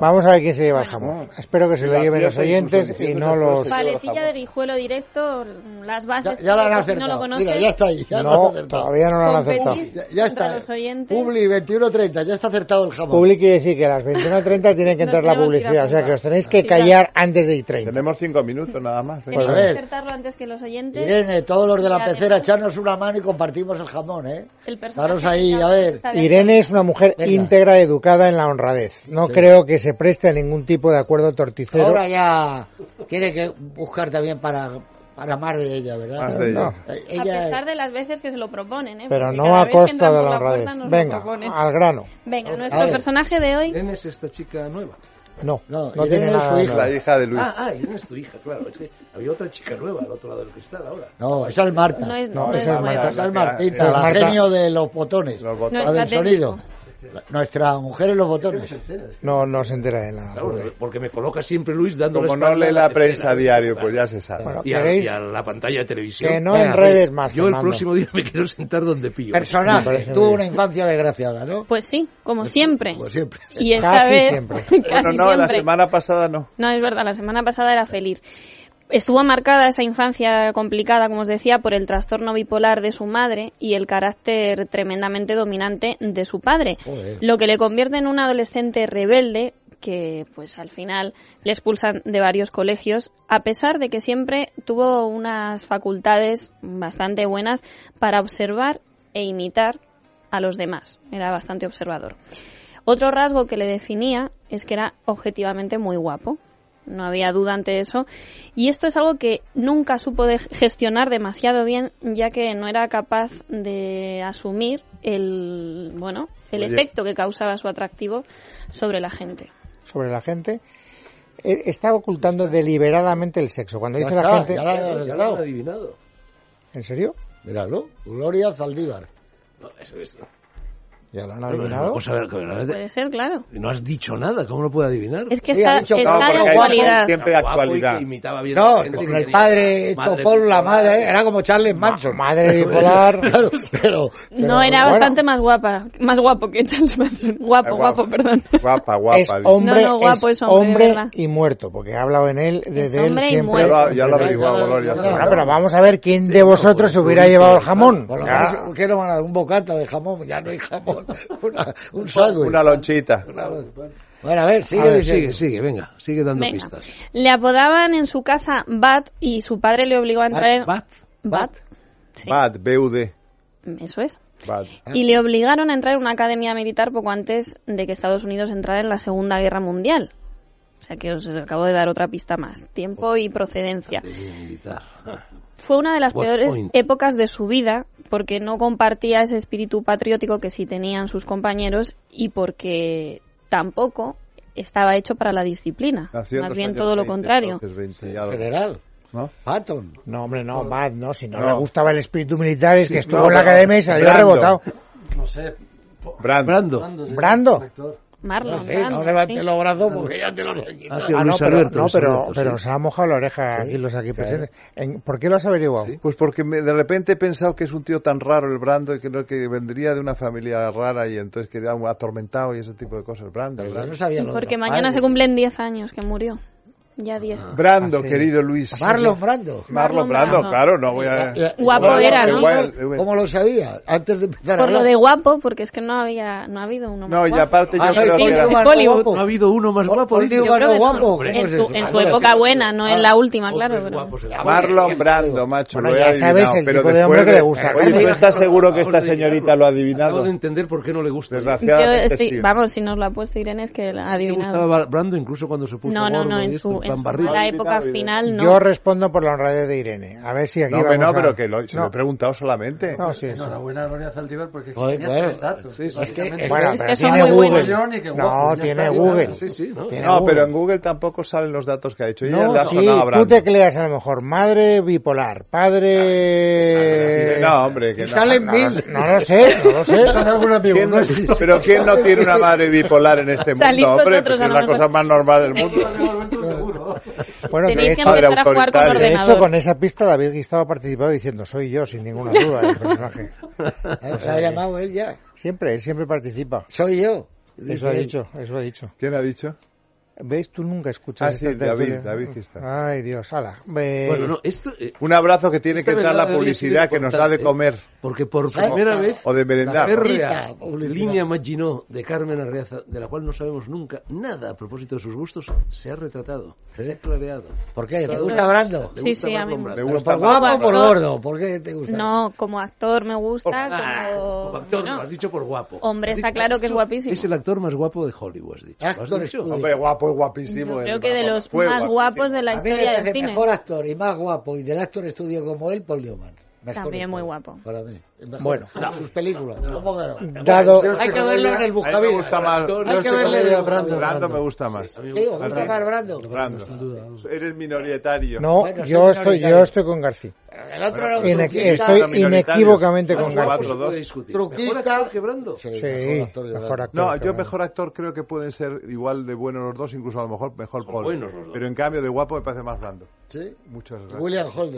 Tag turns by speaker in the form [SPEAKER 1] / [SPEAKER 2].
[SPEAKER 1] Vamos a ver quién se lleva el jamón. Espero que se lo lleven los oyentes y no los...
[SPEAKER 2] Paletilla de Guijuelo directo, las bases.
[SPEAKER 3] Ya, ya la han
[SPEAKER 2] si
[SPEAKER 3] acertado.
[SPEAKER 2] no lo conoces,
[SPEAKER 3] Mira, ya está ahí. Ya lo
[SPEAKER 1] No,
[SPEAKER 3] han acertado.
[SPEAKER 1] todavía no lo han aceptado.
[SPEAKER 2] competís
[SPEAKER 3] Ya, ya
[SPEAKER 2] contra
[SPEAKER 3] está.
[SPEAKER 2] los oyentes.
[SPEAKER 3] Publi 21.30, ya está acertado el jamón.
[SPEAKER 1] Publi quiere decir que a las 21.30 tiene que
[SPEAKER 2] Nos
[SPEAKER 1] entrar la
[SPEAKER 2] tenemos que ir a
[SPEAKER 1] publicidad, o sea que os tenéis que
[SPEAKER 2] Tirar.
[SPEAKER 1] callar antes de ir 30.
[SPEAKER 4] Tenemos cinco minutos nada más. ¿eh?
[SPEAKER 2] Tenéis
[SPEAKER 3] Pues a
[SPEAKER 2] que
[SPEAKER 3] ver.
[SPEAKER 2] acertarlo antes que los oyentes.
[SPEAKER 3] Irene, todos los de la
[SPEAKER 2] Ya,
[SPEAKER 3] pecera,
[SPEAKER 2] además-
[SPEAKER 3] echarnos una mano y compartimos el jamón, ¿eh?
[SPEAKER 2] El personaje
[SPEAKER 3] Daros ahí,
[SPEAKER 2] que
[SPEAKER 3] a ver.
[SPEAKER 2] está de
[SPEAKER 1] Irene es una mujer
[SPEAKER 3] Venga.
[SPEAKER 1] íntegra, educada en la honradez. No creo que se preste a ningún tipo de acuerdo torticero.
[SPEAKER 3] Ahora ya tiene que buscar también para, para más de ella, ¿verdad?
[SPEAKER 4] Más de ella.
[SPEAKER 3] Eh,
[SPEAKER 2] A
[SPEAKER 3] ella-
[SPEAKER 2] pesar de las veces que se lo proponen, ¿eh?
[SPEAKER 1] Pero
[SPEAKER 2] Porque
[SPEAKER 1] no
[SPEAKER 2] cada
[SPEAKER 1] a
[SPEAKER 2] vez que
[SPEAKER 1] costa
[SPEAKER 2] entran
[SPEAKER 1] de
[SPEAKER 2] por
[SPEAKER 1] la
[SPEAKER 2] puerta
[SPEAKER 1] honradez.
[SPEAKER 2] nos lo
[SPEAKER 1] Venga,
[SPEAKER 2] proponen.
[SPEAKER 1] al grano.
[SPEAKER 2] Venga,
[SPEAKER 3] Ah, A
[SPEAKER 2] nuestro
[SPEAKER 3] ver.
[SPEAKER 2] personaje de hoy.
[SPEAKER 5] Irene es esta chica nueva.
[SPEAKER 1] No, no,
[SPEAKER 3] No, Irene
[SPEAKER 1] tiene
[SPEAKER 3] es
[SPEAKER 1] nada
[SPEAKER 3] su
[SPEAKER 1] de
[SPEAKER 3] hija.
[SPEAKER 1] nada.
[SPEAKER 4] La hija de Luis.
[SPEAKER 5] Ah, ah, Irene es tu hija, claro. Es que había otra chica nueva al otro lado del cristal ahora.
[SPEAKER 3] No, esa es Marta.
[SPEAKER 2] No es,
[SPEAKER 1] No,
[SPEAKER 2] no es
[SPEAKER 1] esa es
[SPEAKER 2] nueva.
[SPEAKER 1] Marta.
[SPEAKER 3] Esa es
[SPEAKER 4] la-
[SPEAKER 3] Martita,
[SPEAKER 1] la-
[SPEAKER 3] la
[SPEAKER 1] Marta.
[SPEAKER 3] genio de los botones.
[SPEAKER 4] Los
[SPEAKER 2] No
[SPEAKER 4] botones.
[SPEAKER 3] la
[SPEAKER 2] es
[SPEAKER 3] del
[SPEAKER 2] técnico.
[SPEAKER 3] sonido. La- nuestra mujer en los botones.
[SPEAKER 1] No, no se entera de nada.
[SPEAKER 5] Claro, porque me coloca siempre Luis dando
[SPEAKER 4] Como
[SPEAKER 5] la
[SPEAKER 4] no
[SPEAKER 5] espalda
[SPEAKER 4] lee
[SPEAKER 5] a
[SPEAKER 4] la
[SPEAKER 5] pecera.
[SPEAKER 4] prensa a diario, pues ya se sabe.
[SPEAKER 1] Bueno,
[SPEAKER 5] Y a,
[SPEAKER 1] ¿queréis?
[SPEAKER 5] y a la pantalla de televisión.
[SPEAKER 1] Que no
[SPEAKER 3] Venga,
[SPEAKER 1] enredes más,
[SPEAKER 5] Yo el
[SPEAKER 1] Fernando.
[SPEAKER 5] próximo día me quiero sentar donde pillo.
[SPEAKER 1] Me parece
[SPEAKER 3] Personaje.
[SPEAKER 1] muy
[SPEAKER 3] Tuvo
[SPEAKER 1] bien.
[SPEAKER 3] una infancia desgraciada, ¿no?
[SPEAKER 2] Pues sí, como siempre.
[SPEAKER 3] Como siempre.
[SPEAKER 2] Y esta
[SPEAKER 1] Casi
[SPEAKER 2] vez.
[SPEAKER 1] siempre.
[SPEAKER 2] casi
[SPEAKER 4] Bueno, no, la
[SPEAKER 2] siempre.
[SPEAKER 4] semana pasada no.
[SPEAKER 2] No, es verdad, la semana pasada era feliz. Estuvo marcada esa infancia complicada, como os decía, por el trastorno bipolar de su madre y el carácter tremendamente dominante de su padre,
[SPEAKER 3] Joder.
[SPEAKER 2] lo que le convierte en un adolescente rebelde que pues al final le expulsan de varios colegios, a pesar de que siempre tuvo unas facultades bastante buenas para observar e imitar a los demás. Era bastante observador. Otro rasgo que le definía es que era objetivamente muy guapo. No había duda ante eso. Y esto es algo que nunca supo de gestionar demasiado bien, ya que no era capaz de asumir el, bueno, el
[SPEAKER 4] Oye.
[SPEAKER 2] efecto que causaba su atractivo sobre la gente.
[SPEAKER 1] Sobre la gente. Eh, Está ocultando deliberadamente el sexo. Cuando
[SPEAKER 3] Ya
[SPEAKER 1] dice
[SPEAKER 3] está,
[SPEAKER 1] la gente...
[SPEAKER 3] ya
[SPEAKER 5] Ya
[SPEAKER 3] la-
[SPEAKER 5] lo- ya lo han adivinado.
[SPEAKER 1] ¿En serio?
[SPEAKER 3] Míralo. Gloria Zaldívar.
[SPEAKER 5] No, eso es.
[SPEAKER 1] ¿Ya lo han
[SPEAKER 5] Pero, pero,
[SPEAKER 1] adivinado?
[SPEAKER 5] Vamos a ver, que verdaderamente
[SPEAKER 2] Puede ser, claro.
[SPEAKER 5] no has dicho nada, ¿cómo lo puedo adivinar?
[SPEAKER 2] Es que
[SPEAKER 3] Oye, ha
[SPEAKER 2] está,
[SPEAKER 3] dicho que
[SPEAKER 2] está de
[SPEAKER 3] no, porque hay
[SPEAKER 2] actualidad.
[SPEAKER 4] siempre de
[SPEAKER 5] Era guapo y que
[SPEAKER 4] actualidad.
[SPEAKER 5] imitaba bien a la
[SPEAKER 3] No,
[SPEAKER 5] gente,
[SPEAKER 3] con
[SPEAKER 5] que
[SPEAKER 3] el
[SPEAKER 5] tenía
[SPEAKER 3] padre hecho
[SPEAKER 5] madre
[SPEAKER 3] por la
[SPEAKER 5] pistola.
[SPEAKER 3] madre.
[SPEAKER 1] ¿eh?
[SPEAKER 3] Era como Charles Manson.
[SPEAKER 1] Madre bipolar.
[SPEAKER 3] Claro, pero, pero-
[SPEAKER 2] No, era
[SPEAKER 1] bueno.
[SPEAKER 2] bastante más guapa. Más guapo que Charles Manson. Guapo,
[SPEAKER 4] Eh,
[SPEAKER 2] guapo, perdón.
[SPEAKER 4] Guapa, guapa.
[SPEAKER 1] Es
[SPEAKER 4] dice.
[SPEAKER 1] hombre,
[SPEAKER 2] No, no, guapo, es hombre,
[SPEAKER 1] hombre,
[SPEAKER 2] de verdad.
[SPEAKER 1] y muerto, porque he hablado en él, desde él
[SPEAKER 2] hombre y
[SPEAKER 1] siempre.
[SPEAKER 4] Ya
[SPEAKER 2] muerto.
[SPEAKER 4] lo, ya lo averiguamos, Gloria.
[SPEAKER 3] Ah,
[SPEAKER 1] Bueno, pero vamos a ver quién de vosotros se hubiera llevado el jamón.
[SPEAKER 3] pues, Por lo
[SPEAKER 1] Ya.
[SPEAKER 3] menos, ¿qué nos van a dar? Un bocata de jamón. Ya no hay jamón. Una- un sándwich.
[SPEAKER 4] Una lonchita.
[SPEAKER 3] Bueno, a ver, sigue,
[SPEAKER 5] Sigue,
[SPEAKER 3] diciendo.
[SPEAKER 5] sigue, sigue, venga, sigue dando
[SPEAKER 2] Venga.
[SPEAKER 5] pistas.
[SPEAKER 2] Le apodaban en su casa Bat y su padre le obligó a entrar en...
[SPEAKER 5] Bat.
[SPEAKER 2] Bat. Sí,
[SPEAKER 4] Bad, BUD.
[SPEAKER 2] mm, eso es.
[SPEAKER 4] Bad.
[SPEAKER 2] Y le obligaron a entrar en una academia militar poco antes de que Estados Unidos entrara en la Segunda Guerra Mundial. O sea que os acabo de dar otra pista más. Tiempo y procedencia.
[SPEAKER 5] Militar.
[SPEAKER 2] Fue una de las
[SPEAKER 5] West
[SPEAKER 2] peores
[SPEAKER 5] Point.
[SPEAKER 2] épocas de su vida porque no compartía ese espíritu patriótico que sí tenían sus compañeros y porque tampoco estaba hecho para la disciplina.
[SPEAKER 4] Nació en
[SPEAKER 2] Más
[SPEAKER 4] los
[SPEAKER 2] bien
[SPEAKER 4] años
[SPEAKER 2] todo lo
[SPEAKER 4] 20,
[SPEAKER 2] contrario.
[SPEAKER 4] entonces, 20 y algo,
[SPEAKER 3] General.
[SPEAKER 4] ¿no?
[SPEAKER 3] Patton.
[SPEAKER 1] No, hombre, no, Bad, no. Si no,
[SPEAKER 4] No.
[SPEAKER 1] le gustaba el espíritu militar, es que estuvo
[SPEAKER 4] no,
[SPEAKER 1] en la
[SPEAKER 4] pero-
[SPEAKER 1] academia y salió
[SPEAKER 4] Brando.
[SPEAKER 1] rebotado.
[SPEAKER 6] No sé.
[SPEAKER 4] Brand.
[SPEAKER 5] Brando.
[SPEAKER 1] Brando.
[SPEAKER 2] Marlon.
[SPEAKER 3] Sí,
[SPEAKER 2] Brando,
[SPEAKER 3] no
[SPEAKER 2] sí.
[SPEAKER 3] levantes los brazos porque ya te los he
[SPEAKER 5] Ha
[SPEAKER 3] quitado.
[SPEAKER 5] sido
[SPEAKER 1] Ah, no,
[SPEAKER 5] Luis
[SPEAKER 1] pero,
[SPEAKER 5] Alberto,
[SPEAKER 1] no,
[SPEAKER 5] Luis
[SPEAKER 1] pero,
[SPEAKER 5] Alberto,
[SPEAKER 1] pero
[SPEAKER 5] sí.
[SPEAKER 1] se ha mojado la oreja aquí los aquí presentes. ¿En- ¿Por qué lo has averiguado?
[SPEAKER 4] Pues porque me- de repente he pensado que es un tío tan raro el Brando y que, no- que vendría de una familia rara y entonces quedaba atormentado y ese tipo de cosas.
[SPEAKER 1] Pues
[SPEAKER 4] Brando,
[SPEAKER 3] Pero yo
[SPEAKER 4] Brando.
[SPEAKER 3] no sabía lo de
[SPEAKER 2] Porque
[SPEAKER 3] los
[SPEAKER 2] mañana
[SPEAKER 3] padres.
[SPEAKER 2] se cumplen 10 años que murió. Ya 10.
[SPEAKER 4] Brando,
[SPEAKER 1] Ah, sí.
[SPEAKER 4] querido Luis.
[SPEAKER 3] Marlon Brando.
[SPEAKER 4] Marlon
[SPEAKER 2] Marlon
[SPEAKER 4] Brando,
[SPEAKER 2] Brando.
[SPEAKER 4] claro, no voy a...
[SPEAKER 2] Eh, Guapo
[SPEAKER 4] Bueno,
[SPEAKER 2] era, ¿no?
[SPEAKER 4] igual, igual.
[SPEAKER 3] ¿Cómo lo sabía? Antes de empezar a
[SPEAKER 2] Por lo
[SPEAKER 3] hablar.
[SPEAKER 2] de guapo, porque es que no había no ha habido uno más
[SPEAKER 4] eh, No, y
[SPEAKER 2] guapo.
[SPEAKER 4] aparte yo
[SPEAKER 3] Ah, no,
[SPEAKER 4] creo
[SPEAKER 3] y
[SPEAKER 4] que era...
[SPEAKER 3] Pinto Marco
[SPEAKER 2] Hollywood.
[SPEAKER 3] guapo.
[SPEAKER 5] No ha habido uno más guapo.
[SPEAKER 3] Hollywood
[SPEAKER 5] dice.
[SPEAKER 2] Yo creo que
[SPEAKER 3] guapo,
[SPEAKER 2] no.
[SPEAKER 3] hombre,
[SPEAKER 2] En
[SPEAKER 3] pues
[SPEAKER 2] su,
[SPEAKER 3] eso,
[SPEAKER 2] en su
[SPEAKER 3] hombre.
[SPEAKER 2] época buena, no en la última, claro.
[SPEAKER 5] Hombres
[SPEAKER 2] Pero...
[SPEAKER 5] guapos en la
[SPEAKER 4] Marlon Brando, macho,
[SPEAKER 1] Bueno,
[SPEAKER 4] lo he
[SPEAKER 1] ya sabes
[SPEAKER 4] adivinado,
[SPEAKER 1] el
[SPEAKER 4] pero
[SPEAKER 1] tipo de
[SPEAKER 4] después
[SPEAKER 1] hombre que le gusta,
[SPEAKER 4] Oye,
[SPEAKER 1] ¿no?
[SPEAKER 4] ¿tú estás seguro que esta
[SPEAKER 5] Acabo de
[SPEAKER 4] señorita lo
[SPEAKER 5] adivinarlo.
[SPEAKER 4] ha
[SPEAKER 5] Acabo
[SPEAKER 4] adivinado?
[SPEAKER 5] de entender por qué no le gusta.
[SPEAKER 2] Yo
[SPEAKER 4] Desgraciadamente, sí.
[SPEAKER 2] estoy, vamos, si nos lo ha puesto Irene es que la ha
[SPEAKER 5] Le
[SPEAKER 2] adivinado.
[SPEAKER 5] gustaba Brando incluso cuando se puso
[SPEAKER 2] No, no,
[SPEAKER 5] gordo
[SPEAKER 2] no,
[SPEAKER 5] y
[SPEAKER 2] en
[SPEAKER 5] esto,
[SPEAKER 2] su, en
[SPEAKER 5] pan
[SPEAKER 2] su
[SPEAKER 5] barrido.
[SPEAKER 2] la época
[SPEAKER 4] Adivinado,
[SPEAKER 2] final no.
[SPEAKER 1] Yo respondo por la honradez de Irene. A ver si aquí
[SPEAKER 4] No, hombre,
[SPEAKER 1] vamos
[SPEAKER 4] no,
[SPEAKER 1] a-
[SPEAKER 4] pero que lo, se lo
[SPEAKER 1] No.
[SPEAKER 4] he preguntado solamente.
[SPEAKER 1] No, sí, sí.
[SPEAKER 6] Enhorabuena, Gloria Zaldívar, porque
[SPEAKER 3] Joder,
[SPEAKER 6] tenía
[SPEAKER 3] claro.
[SPEAKER 6] tres datos.
[SPEAKER 5] Sí, sí,
[SPEAKER 6] básicamente.
[SPEAKER 1] Bueno,
[SPEAKER 2] Es que
[SPEAKER 1] pero
[SPEAKER 2] son
[SPEAKER 1] tiene
[SPEAKER 2] muy
[SPEAKER 1] Google.
[SPEAKER 2] buenos.
[SPEAKER 6] Yo ni que
[SPEAKER 1] No,
[SPEAKER 6] guapo, ya
[SPEAKER 1] tiene
[SPEAKER 6] está.
[SPEAKER 1] Google.
[SPEAKER 5] Sí, sí, ¿no?
[SPEAKER 1] Tiene
[SPEAKER 4] No,
[SPEAKER 1] Google.
[SPEAKER 4] pero en Google tampoco salen los datos que ha hecho. Yo ya le ha
[SPEAKER 1] No, sí,
[SPEAKER 4] sonado a
[SPEAKER 1] tú
[SPEAKER 4] Brando.
[SPEAKER 1] tecleas a lo mejor madre bipolar, padre...
[SPEAKER 4] No, hombre, que no.
[SPEAKER 3] Salen
[SPEAKER 1] No,
[SPEAKER 3] mil.
[SPEAKER 1] no lo sé, no lo sé.
[SPEAKER 6] Son algún amigo,
[SPEAKER 4] ¿Quién
[SPEAKER 6] no
[SPEAKER 4] no-
[SPEAKER 6] existe.
[SPEAKER 4] pero ¿quién no tiene una madre bipolar en este
[SPEAKER 2] Salid
[SPEAKER 4] mundo, hombre?
[SPEAKER 2] vosotros,
[SPEAKER 4] Pues
[SPEAKER 2] a
[SPEAKER 4] es
[SPEAKER 2] lo
[SPEAKER 4] la
[SPEAKER 2] mejor.
[SPEAKER 4] cosa más normal del mundo.
[SPEAKER 6] Amigo nuestro, seguro.
[SPEAKER 1] Bueno, de
[SPEAKER 2] Tenéis que
[SPEAKER 1] hecho,
[SPEAKER 4] padre
[SPEAKER 2] empezar a jugar con
[SPEAKER 4] autoritario.
[SPEAKER 1] de hecho,
[SPEAKER 2] ordenador.
[SPEAKER 1] con esa pista David Guistado ha participado diciendo soy yo, sin ninguna duda, el personaje.
[SPEAKER 3] Se ha llamado él ya.
[SPEAKER 1] Siempre, él siempre participa.
[SPEAKER 3] Soy yo.
[SPEAKER 1] Eso ha dicho, eso ha dicho.
[SPEAKER 4] ¿Quién ha dicho?
[SPEAKER 1] ¿Ves? Tú nunca escuchas
[SPEAKER 4] Ah, sí,
[SPEAKER 1] estas
[SPEAKER 4] David,
[SPEAKER 1] tertulias.
[SPEAKER 4] David Gistán.
[SPEAKER 1] Ay, Dios, ala. Eh,
[SPEAKER 5] Bueno, no, esto. eh,
[SPEAKER 4] Un abrazo que tiene
[SPEAKER 5] Esta
[SPEAKER 4] que
[SPEAKER 3] Este
[SPEAKER 4] entrar la
[SPEAKER 5] velada debería ser
[SPEAKER 4] publicidad que nos da de
[SPEAKER 5] importante,
[SPEAKER 4] comer
[SPEAKER 5] Porque por
[SPEAKER 3] ¿Sabes?
[SPEAKER 5] primera vez,
[SPEAKER 4] o de
[SPEAKER 5] la
[SPEAKER 4] merendar.
[SPEAKER 5] férrea
[SPEAKER 3] publicidad.
[SPEAKER 5] línea Maginot de Carmen Arreaza, de la cual no sabemos nunca nada a propósito de sus gustos, se ha retratado,
[SPEAKER 3] ¿Eh?
[SPEAKER 5] se ha clareado.
[SPEAKER 3] ¿Por qué? ¿Te
[SPEAKER 5] Claro.
[SPEAKER 3] gusta Brando?
[SPEAKER 5] Le
[SPEAKER 2] Sí,
[SPEAKER 5] gusta
[SPEAKER 2] sí,
[SPEAKER 5] más
[SPEAKER 2] a mí me
[SPEAKER 5] nombrar.
[SPEAKER 4] Le
[SPEAKER 3] ¿Pero
[SPEAKER 4] gusta
[SPEAKER 3] por guapo
[SPEAKER 2] más.
[SPEAKER 3] o por gordo? ¿por qué te gusta?
[SPEAKER 2] No, como actor me gusta,
[SPEAKER 5] Ah,
[SPEAKER 2] como...
[SPEAKER 5] como actor,
[SPEAKER 2] bueno,
[SPEAKER 5] lo has dicho por guapo.
[SPEAKER 2] hombre,
[SPEAKER 5] Has
[SPEAKER 2] está
[SPEAKER 5] dicho-
[SPEAKER 2] claro
[SPEAKER 5] has
[SPEAKER 2] que es
[SPEAKER 5] dicho,
[SPEAKER 2] guapísimo.
[SPEAKER 5] Es el actor más guapo de Hollywood, has dicho.
[SPEAKER 3] Actor
[SPEAKER 5] ¿Lo has dicho?
[SPEAKER 3] Ah, estudio.
[SPEAKER 4] Hombre, guapo y
[SPEAKER 2] yo
[SPEAKER 4] guapísimo.
[SPEAKER 2] creo
[SPEAKER 4] el
[SPEAKER 2] que de
[SPEAKER 4] Ramón.
[SPEAKER 2] los
[SPEAKER 4] Fue
[SPEAKER 2] más
[SPEAKER 4] guapísimo.
[SPEAKER 2] guapos de la
[SPEAKER 3] A mí me
[SPEAKER 2] historia del
[SPEAKER 3] parece
[SPEAKER 2] cine.
[SPEAKER 3] mejor actor y más guapo y del actor estudio como él, Paul Newman. Mejor
[SPEAKER 2] También
[SPEAKER 3] actor,
[SPEAKER 2] muy guapo.
[SPEAKER 3] Para mí. El mejor.
[SPEAKER 1] Bueno.
[SPEAKER 3] sus películas. ¿Cómo que no?
[SPEAKER 1] Dado,
[SPEAKER 3] Hay que verlo en el
[SPEAKER 4] A mí me
[SPEAKER 3] buscavidas.
[SPEAKER 4] gusta más.
[SPEAKER 3] Hay que verle el
[SPEAKER 4] Brando,
[SPEAKER 3] Brando.
[SPEAKER 4] me gusta más.
[SPEAKER 5] A mí me
[SPEAKER 3] Sí,
[SPEAKER 5] gusta.
[SPEAKER 3] me gusta más Brando.
[SPEAKER 4] Brando.
[SPEAKER 6] Sin duda. vamos.
[SPEAKER 4] Eres minoritario.
[SPEAKER 1] no,
[SPEAKER 3] Bueno,
[SPEAKER 1] yo
[SPEAKER 3] soy
[SPEAKER 1] estoy, yo
[SPEAKER 3] minoritario.
[SPEAKER 1] estoy con García.
[SPEAKER 3] Pero El otro
[SPEAKER 5] Ah,
[SPEAKER 3] era un
[SPEAKER 1] Ine-
[SPEAKER 3] truquista.
[SPEAKER 1] estoy
[SPEAKER 4] Era minoritario.
[SPEAKER 1] inequívocamente con
[SPEAKER 5] Vamos,
[SPEAKER 1] García.
[SPEAKER 5] guapo, se puede discutir.
[SPEAKER 3] Truquista.
[SPEAKER 5] ¿Mejor actor que Brando?
[SPEAKER 3] Sí,
[SPEAKER 1] Sí,
[SPEAKER 3] actor que
[SPEAKER 1] mejor
[SPEAKER 3] Brando.
[SPEAKER 1] actor.
[SPEAKER 4] No,
[SPEAKER 1] que
[SPEAKER 4] yo
[SPEAKER 1] Brando.
[SPEAKER 4] mejor actor creo que pueden ser igual de buenos los dos, incluso a lo mejor mejor
[SPEAKER 5] Son
[SPEAKER 4] Paul.
[SPEAKER 5] buenos los dos.
[SPEAKER 4] Pero en cambio de guapo me parece más blando.
[SPEAKER 3] Sí.
[SPEAKER 4] Muchas gracias.
[SPEAKER 3] William Holden.